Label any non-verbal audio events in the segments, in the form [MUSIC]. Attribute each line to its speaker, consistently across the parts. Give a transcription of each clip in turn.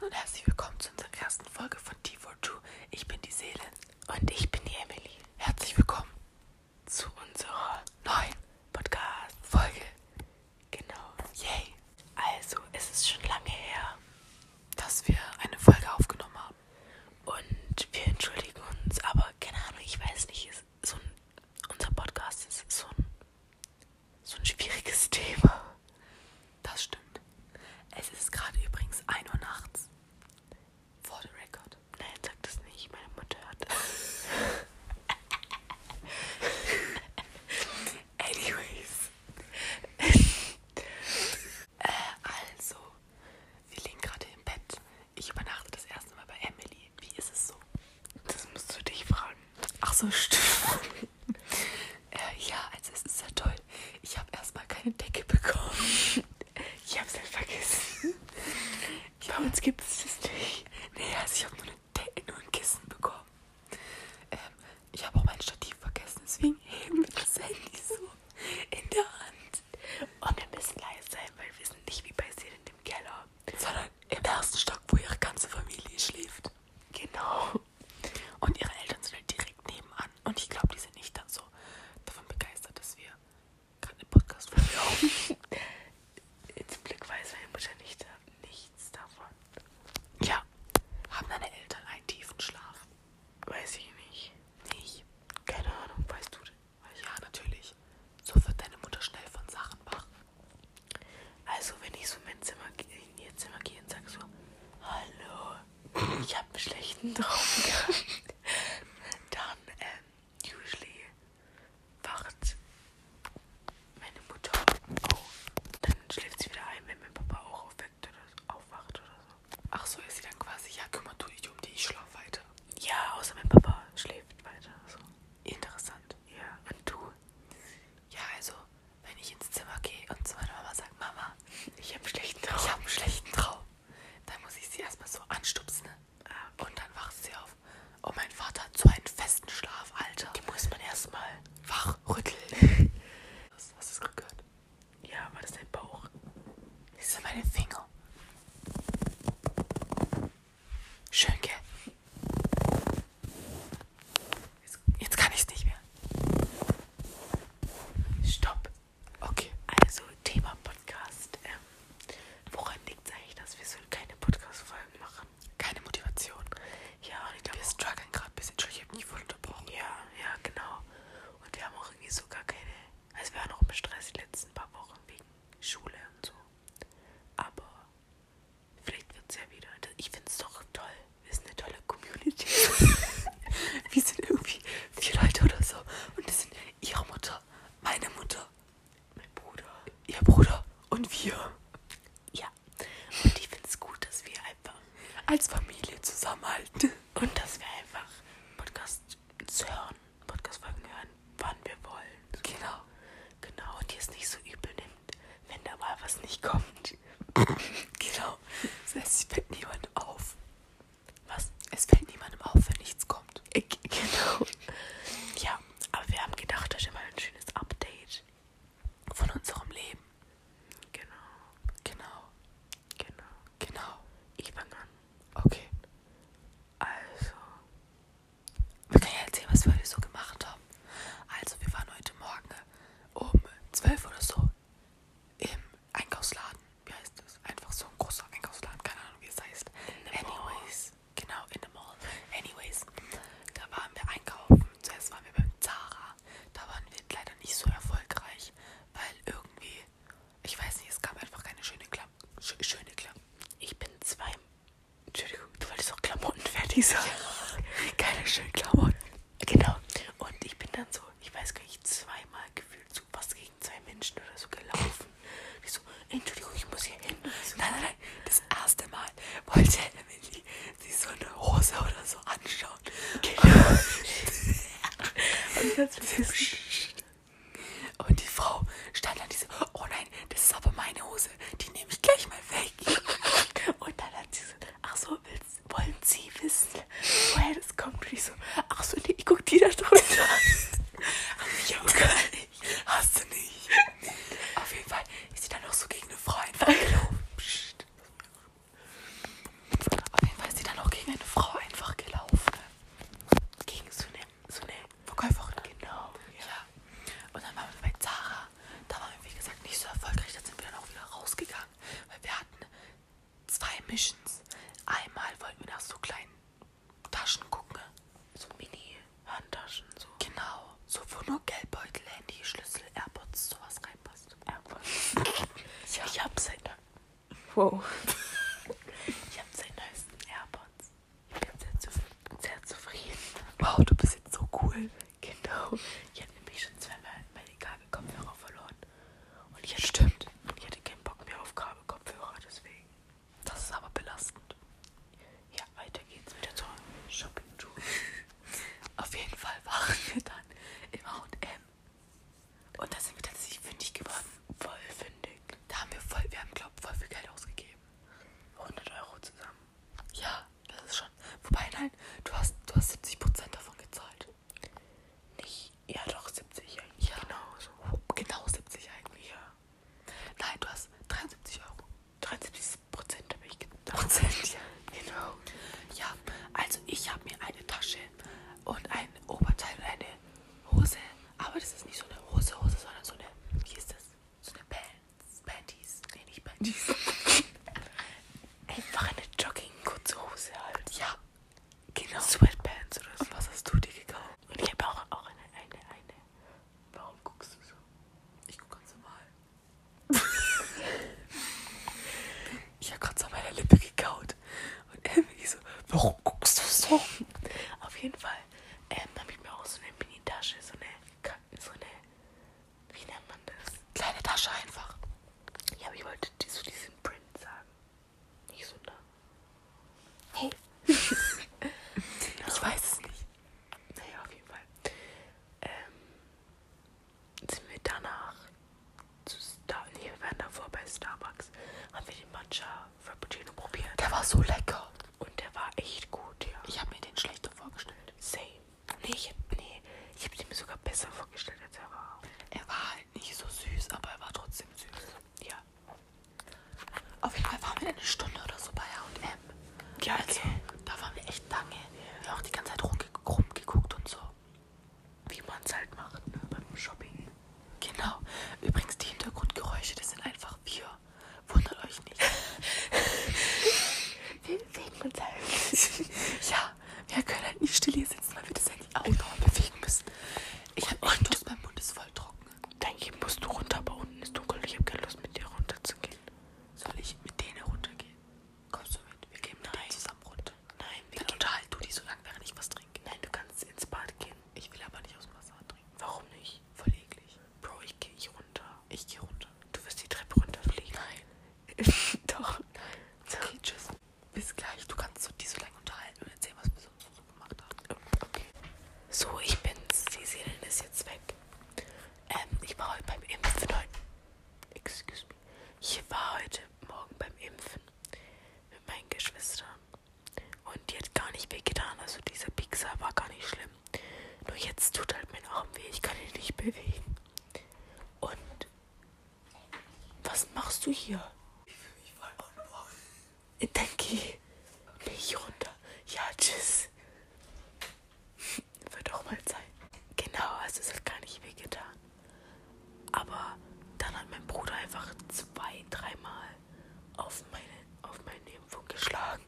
Speaker 1: und herzlich willkommen zu unserer ersten Folge von T42. Ich bin die Seelen. Und ich bin die Emily. Herzlich willkommen zu unserer neuen Podcast-Folge. Genau. Yay. Also, es ist schon lange her, dass wir eine Folge aufgenommen haben. Und wir entschuldigen uns, aber keine Ahnung, ich weiß nicht, ist so ein, unser Podcast ist so ein, so ein schwieriges [LAUGHS] Thema. Das stimmt. Es ist gerade übrigens 1 Uhr nachts. For the record. Nein, sag das nicht, meine Mutter hört das. [LAUGHS] Anyways. äh, also, wir liegen gerade im Bett. Ich übernachte das erste Mal bei Emily. Wie ist es so? Das musst du dich fragen. Ach so, stimmt. [LAUGHS] äh, ja, also es ist ja toll. Ich habe erstmal keine Decke bekommen. Ich hab's halt [LAUGHS] vergessen. Bei uns gibt es das nicht. Nee, also ich habe nur, eine De- nur ein Kissen bekommen. Ähm, ich habe auch mein Stativ vergessen, deswegen heben wir das Handy so in der Hand. Und wir müssen leise sein, weil wir sind nicht wie bei Seelen im Keller, sondern im ersten Stock, wo ihre ganze Familie schläft. Genau. Und ihre Eltern sind halt direkt nebenan. Und ich glaube, die sind nicht dann so davon begeistert, dass wir gerade einen Podcast verlaufen. Ins Blick weiß meine Mutter nicht, da- nichts davon. Ja. Haben deine Eltern einen tiefen Schlaf? Weiß ich nicht. Nicht? Keine Ahnung, weißt du? Ja, natürlich. So wird deine Mutter schnell von Sachen wach. Also, wenn ich so in, mein Zimmer, ge- in ihr Zimmer gehe und sage so, hallo, ich habe einen schlechten Traum gehabt, [LAUGHS] dann, ähm, usually wacht meine Mutter auf. Dann schläft sie wieder ein, wenn mein Papa auch aufweckt oder so, aufwacht oder so. Ach so, ist sie dann quasi, ja, kümmert du dich um die, ich schlaf weiter. Ja, außer mein Papa schläft weiter. So. Interessant. Ja. Und du? Ja, also, wenn ich ins Zimmer gehe und zu meiner Mama sage, Mama, ich habe einen schlechten Traum. Ich habe einen schlechten Traum. Dann muss ich sie erstmal so anstupsen. ne? Und dann wacht sie auf. Und mein Vater hat so einen festen Schlaf, Alter. Die muss man erstmal [LAUGHS] wachrütteln. hast hast du es gehört? Ja, war das dein Bauch? Das sind meine Finger. Schön, gell? Jetzt- Jetzt kann ich es nicht mehr. Stopp. Okay. Also, Thema Podcast. Ähm, woran liegt es eigentlich, dass wir so keine Podcast-Folgen machen? Keine Motivation. Ja, und ich glaube. Wir strugglen gerade ein bisschen. Entschuldigung, ich habe nie voll unterbrochen. Ja, ja, genau. Und wir haben auch irgendwie so gar keine. Also, wir waren auch im Stress die letzten paar Wochen wegen Schule und so. Aber vielleicht wird es ja wieder. Ich finde es doch toll. Wir sind eine tolle [LAUGHS] Community. wir sind irgendwie vier Leute oder so. Und das sind ihre Mutter, meine Mutter, mein Bruder, ihr Bruder und wir. Ja. Und ich finde es gut, dass wir einfach als Familie zusammenhalten. Und dass wir einfach Podcasts hören, Podcast-Folgen hören, wann wir wollen. Genau. Genau. Und die es nicht so übel nimmt, wenn da mal was nicht kommt. genau. [LAUGHS] Das heißt, es fällt niemandem auf. Was? Es fällt niemandem auf, wenn nichts kommt. Genau. Ja, aber wir haben gedacht, das ist immer ein schönes Update von unserem Leben. Genau. Genau. Genau. Genau. Ich fange an. Okay. Also. Wir können ja erzählen, was wir heute so gemacht haben. Also, wir waren heute Morgen um 12 oder so im Einkaufsladen. Wie heißt das? Einfach so ein großer Einkaufsladen. Keine Ahnung, wie es heißt. Anyways. Genau, in the mall. Anyways. Da waren wir einkaufen. Zuerst waren wir beim Zara. Da waren wir leider nicht so erfolgreich, weil irgendwie, ich weiß nicht, es gab einfach keine schöne Klamm. Sch schöne Klamm. Ich bin zwei. Entschuldigung, du wolltest doch Klamotten fertig sagen. Keine schönen Klamotten. Genau. Und ich bin dann so, ich weiß gar nicht, zweimal gefühlt so was gegen zwei Menschen oder so gelaufen. Ich so, Entschuldigung, ich muss hier hin. Nein, nein, nein. Das erste Mal wollte Emily sich so eine Hose oder so anschauen. [LAUGHS] Genau. Und die Frau stand da, die so, oh nein, das ist aber meine Hose, die nehme ich gleich mal weg. [LAUGHS] Und dann hat sie so, ach so, willst, wollen Sie wissen, woher das kommt? Und ich so, ach so, nee, guck die da drunter. [LAUGHS] Hab ich auch gar nicht. Hast du nicht. Auf jeden Fall ist sie dann noch so gegen eine Frau einfach gelaufen. Psst. Genau, Genau. So, wo nur Geldbeutel, Handy, Schlüssel, AirPods, sowas reinpasst. AirPods. [LAUGHS] ja. Ich hab seit,
Speaker 2: Wow.
Speaker 1: [LAUGHS] ich hab seit neuesten AirPods. Ich bin sehr, zuf sehr zufrieden. Wow, du bist jetzt so cool. Genau. Ich habe nämlich schon zweimal meine Kabelkopfhörer verloren. Und ich hatte, Stimmt. Und ich hatte keinen Bock mehr auf Kabelkopfhörer, deswegen. Das ist aber belastend. Ja, weiter geht's wieder zur Shopping [LAUGHS] Tour. Auf jeden Fall waren wir dann im HM. Und da sind wir tatsächlich fündig geworden. Voll fündig. Da haben wir voll, wir haben, glaube voll viel Geld ausgegeben. 100 Euro zusammen. Ja, das ist schon. Wobei, nein, du hast, du hast 70 Prozent davon gezahlt. Nicht, ja doch, 70 eigentlich. Ja. Genau so. Genau 70 eigentlich. Ja. Nein, du hast 73 Euro. 73 Prozent habe ich gedacht. Prozent, ja. Genau. Ja, also ich habe mir eine Tasche und ein Oberteil und eine Hose. Aber das ist nicht so eine Hose, Hose, sondern so eine, wie ist das? So eine Pants, Panties. Nee, nicht Panties. [LAUGHS] Einfach eine Jogging-kurze Hose halt. Ja, genau. Sweatpants oder so. Und was hast du dir gekauft? Und ich habe auch, auch eine, eine, eine. Warum guckst du so? Ich gucke ganz normal. [LAUGHS] ich habe gerade so an meiner Lippe gekaut. Und Emily so, warum guckst du so? Auf jeden Fall ähm, habe ich mir auch so eine Mini-Tasche, so eine, Ka- so eine, wie nennt man das? Kleine Tasche einfach. Ja, aber ich wollte die- so diesen Print sagen. Nicht so nah. Hey. ich weiß es nicht. Naja, auf jeden Fall. Ähm, sind wir danach zu Star nee, wir waren davor bei Starbucks, haben wir den Matcha Frappuccino probiert. Der war so lecker. Und der war echt gut, ja. Ich habe mir den schlechter vorgestellt. Same. Nee, ich hab, nee, ich habe den mir sogar besser vorgestellt, als er war. Er war halt nicht so süß, aber er war trotzdem süß. Ja. Auf jeden Fall waren wir eine Stunde oder so bei H&M. Ja, also, da waren wir echt lange. Wir haben auch die ganze Zeit rumge rumgeguckt und so. Wie man es halt macht ne, beim Shopping. Genau. Übrigens, die Hintergrundgeräusche, das sind einfach wir. Wundert euch nicht. [LAUGHS] wir bewegen uns halt. [LAUGHS] ja, wir können halt nicht still hier sitzen, weil wir das Handy outdoor bewegen müssen. Ich habe echt Lust, mein Mund ist voll trocken. Danke, musst du runter, aber unten ist dunkel. Ich habe keine Lust, mit dir runterzugehen. Soll ich mit denen runtergehen? Kommst du mit? Wir gehen mit denen zusammen runter. Nein, wir Dann unterhalt du dich so lange, während ich was trinke. Nein, du kannst ins Bad gehen. Ich will aber nicht aus dem Wasser trinken. Warum nicht? Voll eklig. Bro, ich gehe ich runter. Ich gehe runter. Du wirst die Treppe runterfliegen. Nein. [LAUGHS] Doch. Nein. Okay, tschüss. Bis gleich. Du kannst so die so lange unterhalten und erzählen, was wir so, so gemacht haben. Oh, Okay. So, ich bin's. Die Seelen ist jetzt weg. Ähm, ich war heute beim Impfen heute. Excuse me. Ich war heute Morgen beim Impfen mit meinen Geschwistern. Und die hat gar nicht wehgetan. Also dieser Pixar war gar nicht schlimm. Nur jetzt tut halt mein Arm weh. Ich kann ihn nicht bewegen. Und was machst du hier? Ich war Danke. Nicht runter. Ja, tschüss. [LAUGHS] Wird auch mal Zeit. Genau, also es hat gar nicht wehgetan. Aber dann hat mein Bruder einfach zwei, dreimal auf meine, auf meine Impfung geschlagen.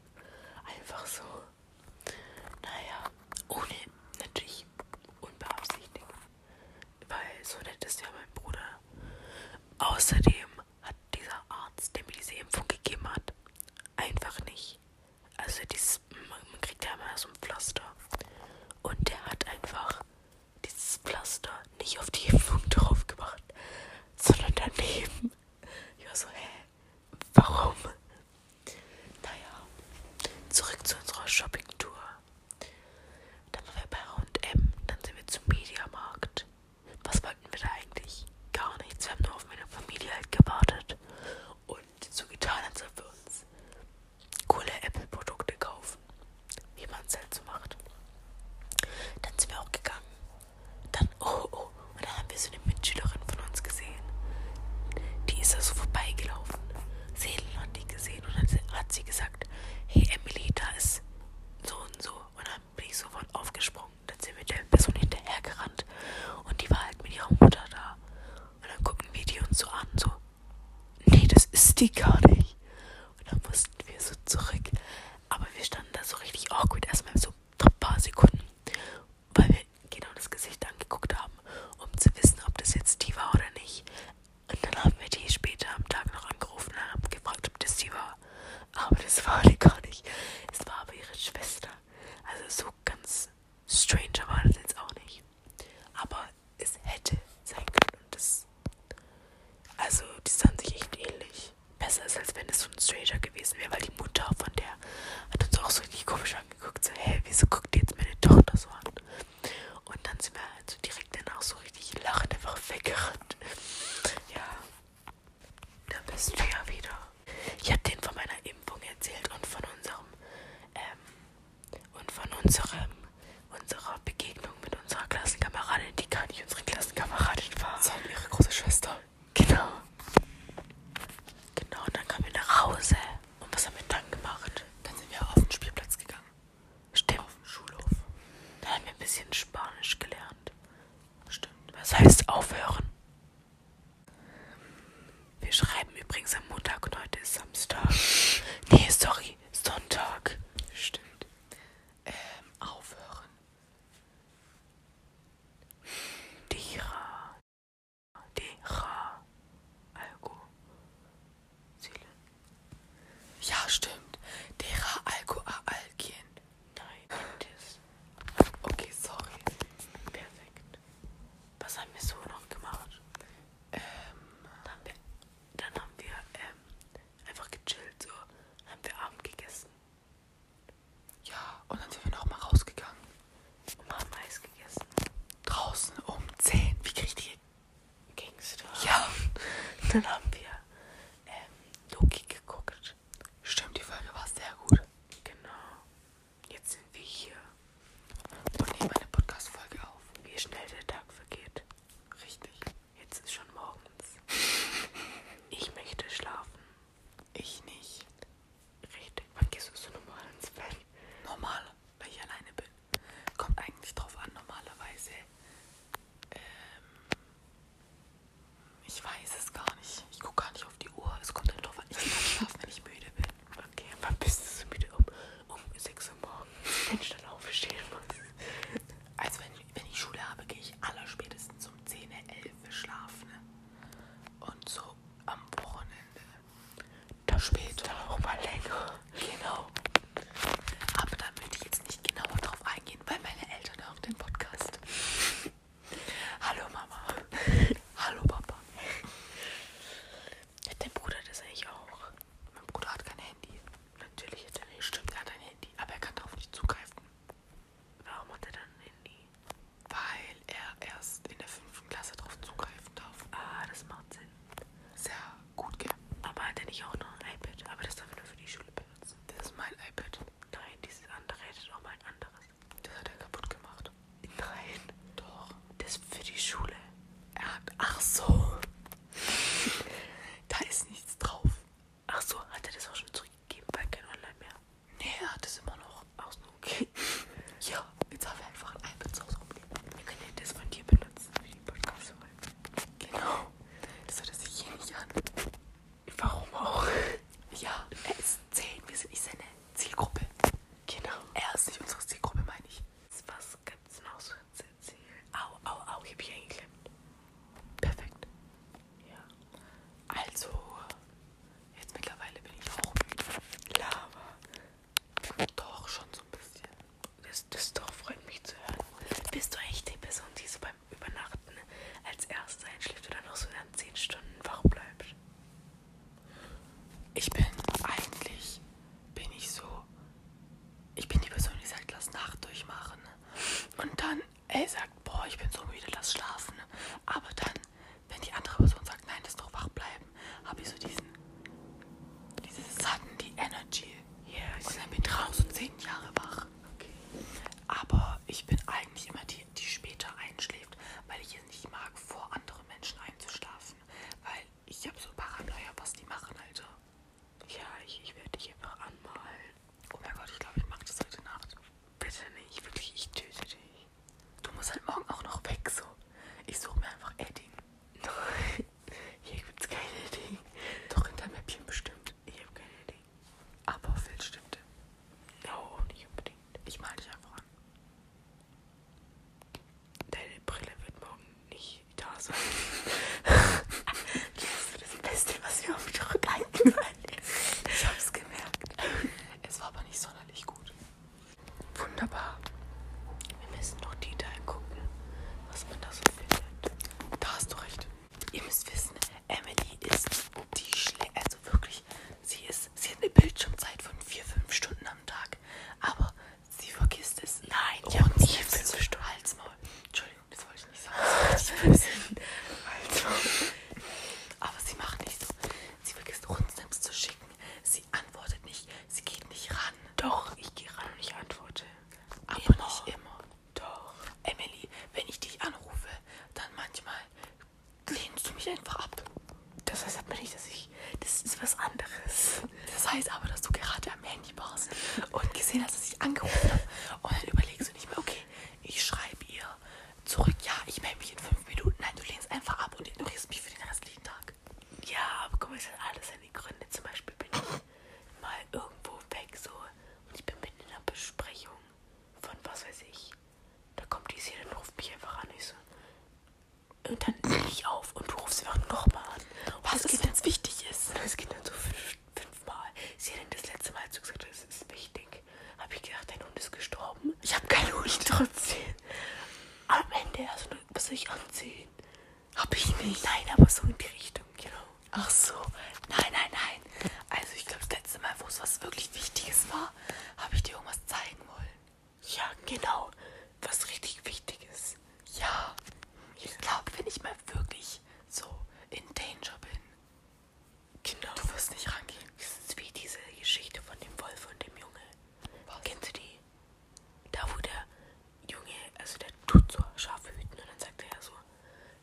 Speaker 1: Einfach so. Naja, ohne, natürlich unbeabsichtigt. Weil so nett ist ja mein Bruder. Außerdem hat dieser Arzt, der mir diese Impfung gegeben hat, einfach nicht. Also dieses, man, man kriegt ja immer so ein Pflaster. Und der hat einfach dieses Pflaster nicht auf die Impfung [LAUGHS] drauf gemacht, sondern daneben. Ich war so, hä? Warum? Naja, zurück zu unserer Shopping-Tour. Dann waren wir bei H&M, dann sind wir zum Mediamarkt. Was wollten wir da eigentlich? Gar nichts, wir haben nur auf meine Familie halt gewartet und so getan, als ob wir uns coole Apple-Produkte kaufen, wie man es halt so macht. Dann sind wir auch gegangen. Dann, oh, oh, und dann haben wir so eine Mitschülerin von uns gesehen. Die ist da so vorbeigelaufen. Seelen hat die gesehen und dann se- hat sie gesagt, hey Emily, da ist so und so. Und dann bin ich sofort aufgesprungen. Dann sind wir der Person hinterhergerannt und die war halt mit ihrer Mutter da. Und dann gucken wir die uns so an, so, nee, das ist die gar nicht. Und dann mussten wir so zurück. Aber wir standen da so richtig awkward, erstmal so ein paar Sekunden, weil wir genau das Gesicht angeguckt haben. Also stranger war das jetzt auch nicht. Aber es hätte sein können und das. Also, die sahen sich echt ähnlich. Besser ist, als wenn es so ein Stranger gewesen wäre, weil die Mutter von der hat uns auch so richtig komisch angeguckt. So, hä, wieso guckt die jetzt meine Tochter so an? Und dann sind wir halt so direkt danach so richtig lachend einfach weggerannt. Ja. Da bist du ja wieder. Ich habe denen von meiner Impfung erzählt und von unserem ähm, und von unserem unserer Begegnung mit unserer Klassenkameradin, die gar nicht unsere Klassenkameradin war. Sondern ihre große Schwester. Genau. Genau, und dann kamen wir nach Hause. Und was haben wir dann gemacht? Dann sind wir auf den Spielplatz gegangen. Stimmt. Auf den Schulhof. Da haben wir ein bisschen Spanisch gelernt. Stimmt. Was heißt aufhören? Wir schreiben übrigens am Montag und heute ist Samstag. Nee, sorry, Sonntag. Stimmt. Ähm, aufhören. Dira. Dira. Algo. Seele. Ja, stimmt. Dera Algo Algien. Nein, das. Okay, sorry. Perfekt. Was haben wir so noch gemacht? Dann haben wir, dann haben wir ähm, einfach gechillt, so. Haben wir Abend gegessen
Speaker 2: Ja, und dann sind wir nochmal rausgegangen.
Speaker 1: und haben Eis gegessen.
Speaker 2: Draußen um 10. Wie krieg ich die?
Speaker 1: Ging's da?
Speaker 2: Ja.
Speaker 1: [LAUGHS] Dann haben wir ähm, Loki geguckt.
Speaker 2: Stimmt, die Folge war sehr gut.
Speaker 1: Genau. Jetzt sind wir hier.
Speaker 2: Und nehmen eine Podcast-Folge auf.
Speaker 1: Wie schnell der Tag vergeht.
Speaker 2: Richtig.
Speaker 1: Jetzt ist schon morgens. Ich möchte schlafen.
Speaker 2: Ich nicht.
Speaker 1: Richtig. Wann gehst du so normal ins Bett?
Speaker 2: Normal, weil ich alleine bin. Kommt eigentlich drauf an, normalerweise. Ähm, ich weiß es gar nicht. Ich gucke gar nicht auf die Uhr. Es kommt dann drauf an. Ich kann schlafen, wenn ich müde bin.
Speaker 1: Okay, wann bist du so müde? Um, um 6 Uhr morgens. Mensch, dann aufstehen muss.
Speaker 2: Also wenn, wenn ich Schule habe, gehe ich allerspätestens um 10, 11 schlafen. Und so am Wochenende.
Speaker 1: Da später. Dann auch mal länger.
Speaker 2: Genau. Aber da möchte ich jetzt nicht genauer drauf eingehen, weil meine Eltern hören den Podcast. Hallo Mama. Hallo Papa.
Speaker 1: Hat dein Bruder das eigentlich auch?
Speaker 2: Mein Bruder hat kein Handy.
Speaker 1: Natürlich hat er nicht.
Speaker 2: Stimmt, er hat ein Handy, aber er kann darauf nicht zugreifen,
Speaker 1: Warum hat er dann ein Handy?
Speaker 2: weil er erst in der fünften Klasse darauf zugreifen darf.
Speaker 1: Ah, das macht Sinn.
Speaker 2: Sehr gut, gell?
Speaker 1: Aber hat er nicht auch noch ein iPad? Aber das darf er nur für die Schule benutzen.
Speaker 2: Das ist mein iPad.
Speaker 1: Nein, dieses andere hätte doch mal ein anderes.
Speaker 2: Das hat er kaputt gemacht.
Speaker 1: Nein.
Speaker 2: Doch.
Speaker 1: Das für die Schule.
Speaker 2: Er hat. Ach so. [LAUGHS] da ist nichts drauf.
Speaker 1: Ach so, hat er das auch schon zurückgegeben, weil kein Online mehr.
Speaker 2: Nee, er hat es immer noch.
Speaker 1: Außen okay.
Speaker 2: [LAUGHS] Ja, jetzt haben wir einfach ein iPad zu Hause rumliegen.
Speaker 1: Wir können ja das von dir benutzen für die Podcast-Folge.
Speaker 2: Genau. Das hört er sich hier nicht an.
Speaker 1: Warum auch?
Speaker 2: Ja, er ist 10. Wir sind nicht seine Zielgruppe.
Speaker 1: Genau.
Speaker 2: Er ist nicht unsere Zielgruppe, meine ich.
Speaker 1: Was gibt's noch so zu erzählen? Au, au, au, ich hab hier eingeklemmt.
Speaker 2: Perfekt.
Speaker 1: Ja.
Speaker 2: Also, jetzt mittlerweile bin ich auch
Speaker 1: Lava.
Speaker 2: müde. Doch, schon so ein bisschen.
Speaker 1: Das, das doch freut mich zu hören. Bist du eigentlich die Person, die so beim Übernachten als Erste einschläft oder noch so dann 10 Stunden wach bleibt?
Speaker 2: Ich bin eigentlich, bin ich so, ich bin die Person, die sagt, lass Nacht durchmachen. Und dann, ey, sagt, boah, ich bin so müde, lass schlafen. Aber dann, wenn die andere Person sagt, nein, lass doch wach bleiben, habe ich so diesen, diese suddenly energy.
Speaker 1: Ja, ich
Speaker 2: Und dann bin ich raus und zehn Jahre wach.
Speaker 1: okay.
Speaker 2: Aber ich bin eigentlich immer die, die später einschläft, weil ich es nicht mag, vor anderen Menschen einzuschlafen. Weil ich habe so Paranoia, was die machen, Alter.
Speaker 1: Ja, ich, ich werde dich einfach anmalen.
Speaker 2: Oh mein Gott, ich glaube, ich mache das heute Nacht.
Speaker 1: Bitte nicht, wirklich, ich töte dich.
Speaker 2: Du musst halt morgen
Speaker 1: [LAUGHS]
Speaker 2: also [LAUGHS] Nicht immer. Doch. Emily, wenn ich dich anrufe, dann manchmal lehnst du mich einfach ab.
Speaker 1: Das heißt aber nicht, dass ich. Das ist was anderes.
Speaker 2: Das heißt aber, dass du gerade am Handy warst und gesehen hast, dass ich angerufen habe. Und dann überlegst du nicht mehr, okay, ich schreibe ihr zurück, ja, ich melde mich in fünf Minuten. Nein, du lehnst einfach ab und ignorierst mich für den restlichen Tag.
Speaker 1: Ja, aber guck mal, es hat alles seine Gründe. Zum Beispiel bin ich mal irgendwo weg so und ich bin mitten in einer Besprechung von was weiß ich. Da kommt die Seele und ruft mich einfach an. Ich so. Und dann lege ich auf und du rufst einfach nochmal an. Und
Speaker 2: Was
Speaker 1: das
Speaker 2: ist,
Speaker 1: geht
Speaker 2: wenn es wichtig ist?
Speaker 1: dann, das geht dann so fünf, fünfmal. Sie hat dann das letzte Mal, als du gesagt hast, es ist wichtig, habe ich gedacht, dein Hund ist gestorben.
Speaker 2: Ich habe keinen Hund.
Speaker 1: Trotzdem. Am Ende, also, was soll ich anziehen?
Speaker 2: Hab ich nicht.
Speaker 1: Nein, aber so in die Richtung, genau.
Speaker 2: Ach so. Nein, nein, nein. Also ich glaube, das letzte Mal, wo es was wirklich Wichtiges war, habe ich dir irgendwas zeigen wollen.
Speaker 1: Ja, genau. Was richtig wichtig ist.
Speaker 2: Ja. Ich glaube, wenn ich mal wirklich so in Danger bin,
Speaker 1: Genau.
Speaker 2: du wirst nicht rangehen.
Speaker 1: Das ist wie diese Geschichte von dem Wolf und dem Junge.
Speaker 2: Was?
Speaker 1: Kennst du die? Da, wo der Junge, also der tut so Schafe hüten und dann sagt er ja so,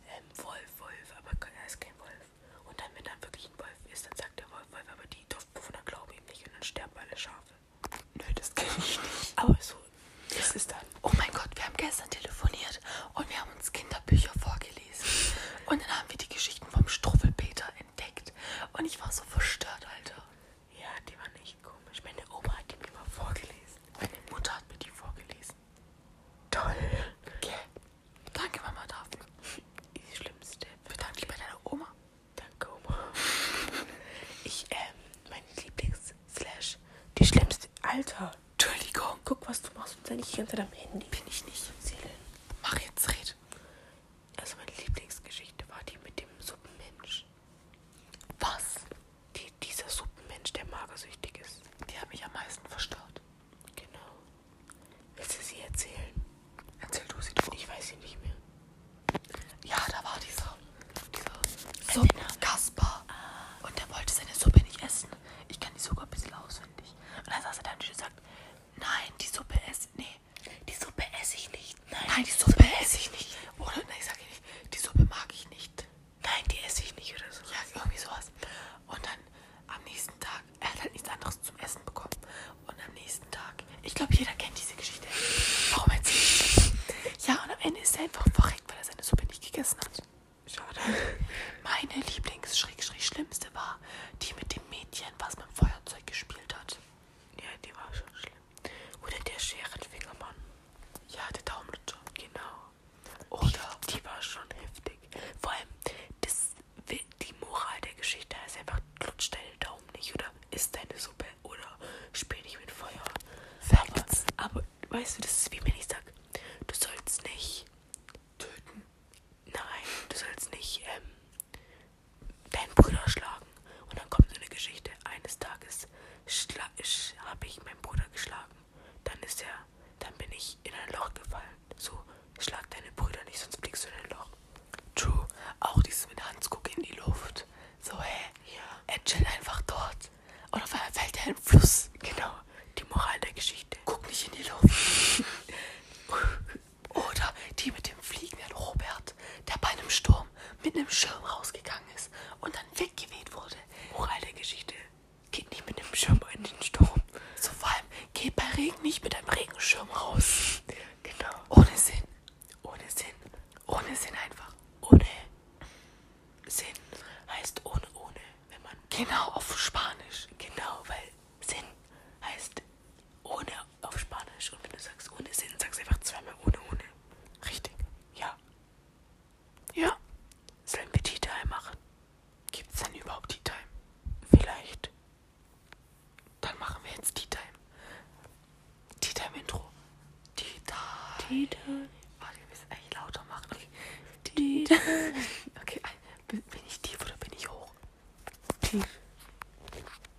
Speaker 1: ähm, Wolf, Wolf, aber ke- er ist kein Wolf. Und dann, wenn dann wirklich ein Wolf ist, dann sagt der Wolf, Wolf, aber die Dorfbewohner glauben ihm nicht und dann sterben alle Schafe.
Speaker 2: Nö, das kenne ich nicht.
Speaker 1: Aber so, das ist dann.
Speaker 2: Oh mein Gott, wir haben gestern telefoniert und wir haben uns Kinderbücher vorgelesen. Und dann haben wir die Geschichten vom Struffelpeter entdeckt. Und ich war so verstört, Alter.
Speaker 1: Ja, die waren echt komisch. Meine Oma hat die mir mal vorgelesen.
Speaker 2: Meine Mutter hat mir die vorgelesen.
Speaker 1: Toll.
Speaker 2: Gell? Danke, Mama, dafür.
Speaker 1: Die schlimmste.
Speaker 2: Bedanke dich bei deiner Oma.
Speaker 1: Danke, Oma. Ich, ähm, meine Lieblings-Slash, die schlimmste. Alter,
Speaker 2: Entschuldigung.
Speaker 1: guck, was du machst. Du bist eigentlich die ganze Zeit am Handy.
Speaker 2: Bin ich nicht.
Speaker 1: Seele.
Speaker 2: Mach jetzt red.
Speaker 1: Also, meine Lieblingsgeschichte war die mit dem Suppenmensch.
Speaker 2: Was?
Speaker 1: Die, dieser Suppenmensch, der magersüchtig ist.
Speaker 2: Die hat mich am meisten verstört.
Speaker 1: Genau. Willst du sie erzählen?
Speaker 2: Erzähl du sie doch.
Speaker 1: Ich weiß sie nicht mehr.
Speaker 2: Ja, da war dieser. Dieser Suppen Kaspar.
Speaker 1: Ah.
Speaker 2: Und der wollte seine Suppe nicht essen. Ich kann die sogar ein bisschen auswendig. Und dann saß er da am Tisch und sagt, nein, die Suppe esse. Nee.
Speaker 1: Die Suppe esse ich nicht. Nein,
Speaker 2: Nein, die Suppe esse ich nicht. Oder nein, ich sage nicht, die Suppe mag ich nicht.
Speaker 1: nein, die esse ich nicht oder so.
Speaker 2: Ja, irgendwie sowas. Und dann am nächsten Tag, er hat halt nichts anderes zum Essen bekommen. Und am nächsten Tag, ich glaube, jeder kennt diese Geschichte. Warum erzähle ich die? Ja, und am Ende ist er einfach verreckt, weil er seine Suppe nicht gegessen hat.
Speaker 1: [LAUGHS] Schade.
Speaker 2: Meine Lieblings-Schrägstrich-Schlimmste war die mit dem Mädchen, was mit dem Feuerzeug gespielt hat.
Speaker 1: Ja, die war schon schlimm. Oder der Scherenfingermann.
Speaker 2: Ja, der Daumenlutscher.
Speaker 1: Genau.
Speaker 2: Oder?
Speaker 1: Die war schon heftig. Vor allem, das, die Moral der Geschichte ist einfach, lutsch deine Daumen nicht oder isst deine Suppe oder spiel nicht mit Feuer.
Speaker 2: Facts.
Speaker 1: Aber, aber weißt du, das ist wie wenn ich sag, du sollst nicht,
Speaker 2: Töten.
Speaker 1: nein, du sollst nicht ähm, deinen Bruder schlagen. Und dann kommt so eine Geschichte, eines Tages schla- sch- habe ich meinen Bruder geschlagen. Dann ist er, dann bin ich in ein Loch gefallen. So, schlag deine Brüder nicht, sonst fliegst du in ein Loch.
Speaker 2: True. Auch dieses mit Hans guck in die Luft. So, hä?
Speaker 1: Ja.
Speaker 2: Er chillt einfach dort. Und auf einmal fällt er in den Fluss.
Speaker 1: Genau, die Moral der Geschichte.
Speaker 2: Guck nicht in die Luft. Oder die mit dem fliegenden Robert, der bei einem Sturm mit einem Schirm rausgegangen ist und dann weggeweht wurde.
Speaker 1: Moral der Geschichte. Geht nicht mit dem Schirm in den Sturm.
Speaker 2: So vor allem, geh bei Regen nicht mit einem Regenschirm raus.
Speaker 1: Genau.
Speaker 2: Ohne Sinn.
Speaker 1: Ohne Sinn.
Speaker 2: Ohne Sinn einfach.
Speaker 1: Ohne Sinn heißt ohne ohne. Wenn man
Speaker 2: Genau, auf Spanisch.
Speaker 1: genau, weil Sinn heißt ohne auf Spanisch. Und wenn du sagst ohne Sinn, sagst du einfach zweimal ohne ohne.
Speaker 2: Richtig.
Speaker 1: Ja.
Speaker 2: Ja.
Speaker 1: Sollen wir Tea Time machen?
Speaker 2: Gibt's denn überhaupt Tea Time?
Speaker 1: Vielleicht.
Speaker 2: Dann machen wir jetzt Tea Time. Tea Time Intro. Tea Time.
Speaker 1: Tea Time.
Speaker 2: Warte, wir müssen eigentlich lauter machen. Okay. Tea Time. Okay, ein- bin bin ich tief oder bin ich hoch?
Speaker 1: Tief.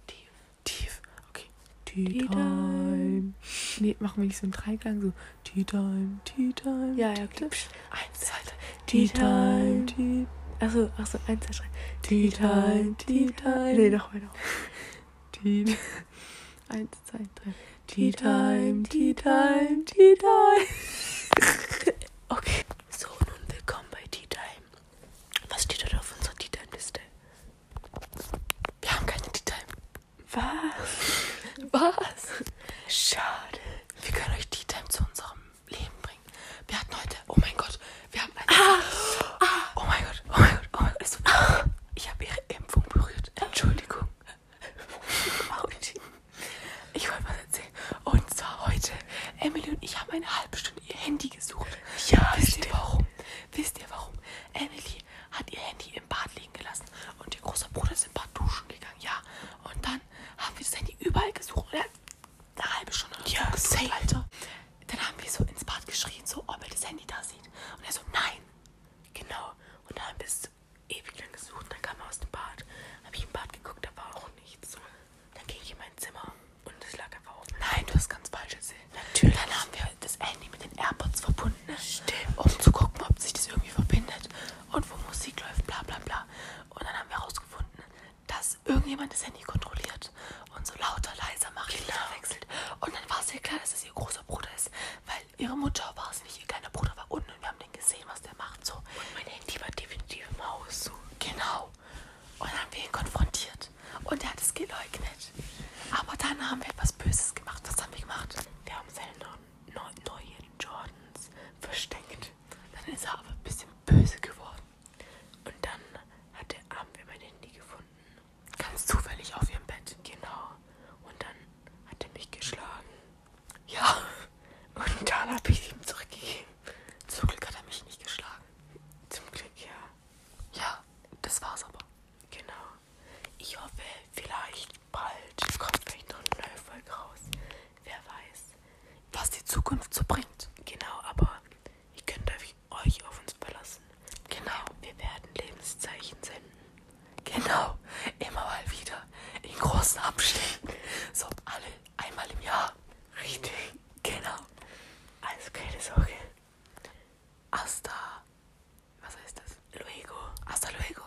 Speaker 2: Tief. Tief. Okay.
Speaker 1: Tea Time.
Speaker 2: Nee, machen wir nicht so einen Dreiklang, so Tea Time, Tea Time.
Speaker 1: Ja, ja, okay.
Speaker 2: Eins, zwei, drei.
Speaker 1: Tea Time,
Speaker 2: Tea
Speaker 1: Achso, achso, eins, zwei, drei.
Speaker 2: Tea Time, Tea Time.
Speaker 1: Nee, nochmal, nochmal.
Speaker 2: Tea. Eins, zwei, drei. Tea Time, Tea Time, Tea Time. okay. So, nun willkommen bei Tea Time. Was steht heute auf unserer Tea Time Liste? Wir haben keine Tea Time.
Speaker 1: [LAUGHS]
Speaker 2: Was? Was? Schade.
Speaker 1: Wir können euch die Time zu unserem Leben bringen. Wir hatten heute, oh mein Gott, wir haben eine.
Speaker 2: Ah.
Speaker 1: Oh mein Gott, oh mein Gott, oh mein Gott. Es tut mir leid. Ich habe ihre Impfung berührt. Entschuldigung. [LAUGHS] Autsch. Ich wollte was erzählen. Und zwar heute, Emily und ich haben eine halbe Stunde ihr Handy gesucht.
Speaker 2: Ja,
Speaker 1: Wisst ihr warum? Wisst ihr warum? Emily hat ihr Handy im Bad liegen gelassen und ihr großer Bruder ist im Bad duschen gegangen, ja. Und dann haben wir das Handy überall gesucht. Und er hat eine halbe Stunde oder so
Speaker 2: Ja,
Speaker 1: gesucht,
Speaker 2: safe.
Speaker 1: Alter. Dann haben wir so ins Bad geschrien, so, ob er das Handy da sieht. Und er so, nein.
Speaker 2: Genau. Und da haben wir es ewig lang gesucht. Dann kam er aus dem Bad. Habe ich im Bad geguckt, da war auch nichts. Dann ging ich in mein Zimmer und es lag einfach auf.
Speaker 1: Nein, du hast ganz falsch erzählt.
Speaker 2: Natürlich.
Speaker 1: Dann haben wir das Handy mit den AirPods verbunden, ne?
Speaker 2: Stimmt.
Speaker 1: um zu gucken, ob sich das irgendwie verbindet und wo Musik läuft, bla bla bla. Und dann haben wir herausgefunden, dass irgendjemand das Handy kontrolliert und so lauter, leiser macht,
Speaker 2: Genau.
Speaker 1: Lieder wechselt. Und dann war es ihr klar, dass es ihr großer Bruder ist, weil ihre Mutter war es nicht, ihr kleiner Bruder war unten und wir haben den gesehen, was der macht. So. Und mein Handy war definitiv im Haus. So. Genau. Und dann haben wir ihn konfrontiert und er hat es geleugnet. Aber dann haben wir etwas Böses gemacht. Was haben wir gemacht?
Speaker 2: Wir haben seine neuen, neuen, neuen Jordans versteckt.
Speaker 1: Dann ist er aber ein bisschen böse geworden.
Speaker 2: Und dann hat der Abend mein Handy gefunden.
Speaker 1: Ganz zufällig auf ihrem Bett.
Speaker 2: Genau. Und dann hat er mich geschlagen.
Speaker 1: Ja.
Speaker 2: Und dann habe ich ihm zurückgegeben.
Speaker 1: Zum Glück hat er mich nicht geschlagen.
Speaker 2: Zum Glück, ja.
Speaker 1: Ja, das war's aber.
Speaker 2: Genau. Ich hoffe, vielleicht bald kommt vielleicht noch eine neue Folge raus. Wer weiß.
Speaker 1: Was die Zukunft so bringt.
Speaker 2: Genau, aber ihr könnt euch- euch auf uns verlassen.
Speaker 1: Genau.
Speaker 2: Wir werden Lebenszeichen senden.
Speaker 1: Genau. Immer mal wieder. In großen Abständen. So alle einmal im Jahr.
Speaker 2: Richtig.
Speaker 1: Genau.
Speaker 2: Also keine Sorge.
Speaker 1: Hasta. Was heißt das?
Speaker 2: Luego.
Speaker 1: Hasta luego.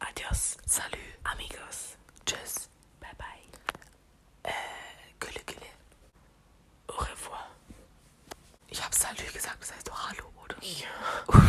Speaker 2: Adios.
Speaker 1: Salü.
Speaker 2: Amigos.
Speaker 1: Tschüss. Äh,
Speaker 2: Bye bye.
Speaker 1: Gülle, gülle.
Speaker 2: Au revoir.
Speaker 1: Ich hab Salü gesagt, das heißt doch Hallo, oder?
Speaker 2: Ja.
Speaker 1: Uh.